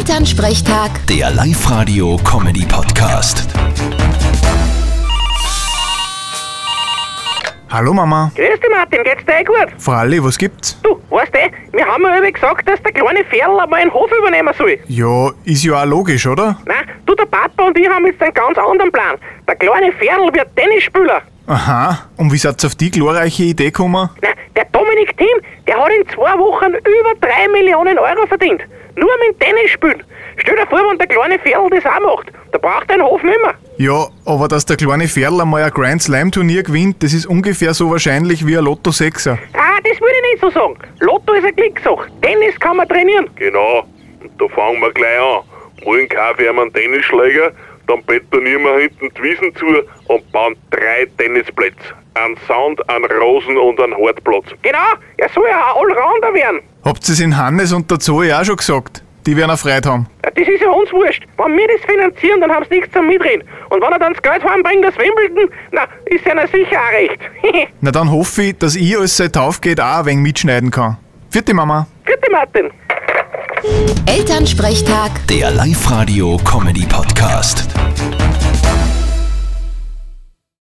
Elternsprechtag, Der Live-Radio-Comedy-Podcast. Hallo Mama. Grüß dich, Martin, geht's dir eh gut? Fralli, was gibt's? Du, weißt du, wir haben ja eben gesagt, dass der kleine Ferl einmal einen Hof übernehmen soll. Ja, ist ja auch logisch, oder? Nein, du, der Papa und ich haben jetzt einen ganz anderen Plan. Der kleine Ferl wird Tennisspieler. Aha. Und wie seid ihr auf die glorreiche Idee gekommen? Nein, der Dominik Thiem, der hat in zwei Wochen über 3 Millionen Euro verdient. Nur mit dem Tennisspielen. Stell dir vor, wenn der kleine Ferl das auch macht. Da braucht er einen Hof nicht mehr. Ja, aber dass der kleine Ferl einmal ein Grand Slam Turnier gewinnt, das ist ungefähr so wahrscheinlich wie ein Lotto 6er. Ah, das würde ich nicht so sagen. Lotto ist eine Glückssache. Tennis kann man trainieren. Genau, da fangen wir gleich an. Morgen kaufe ich mir einen Tennisschläger, dann betonieren wir hinten die Wiesen zu und bauen drei Tennisplätze. Einen Sand, einen Rosen und einen Hartplatz. Genau, er soll ja ein Allrounder werden. Habt ihr es in Hannes und der Zoe auch schon gesagt? Die werden erfreut haben. Ja, Das ist ja uns wurscht. Wenn wir das finanzieren, dann haben sie nichts zum Mitreden. Und wenn er dann das Geld heimbringt, das Wimbledon, na, ist ja sicher auch recht. Na dann hoffe ich, dass ich, als seit aufgeht, auch ein wenig mitschneiden kann. Vierte Mama. Gute Martin. Elternsprechtag. Der Live-Radio-Comedy-Podcast.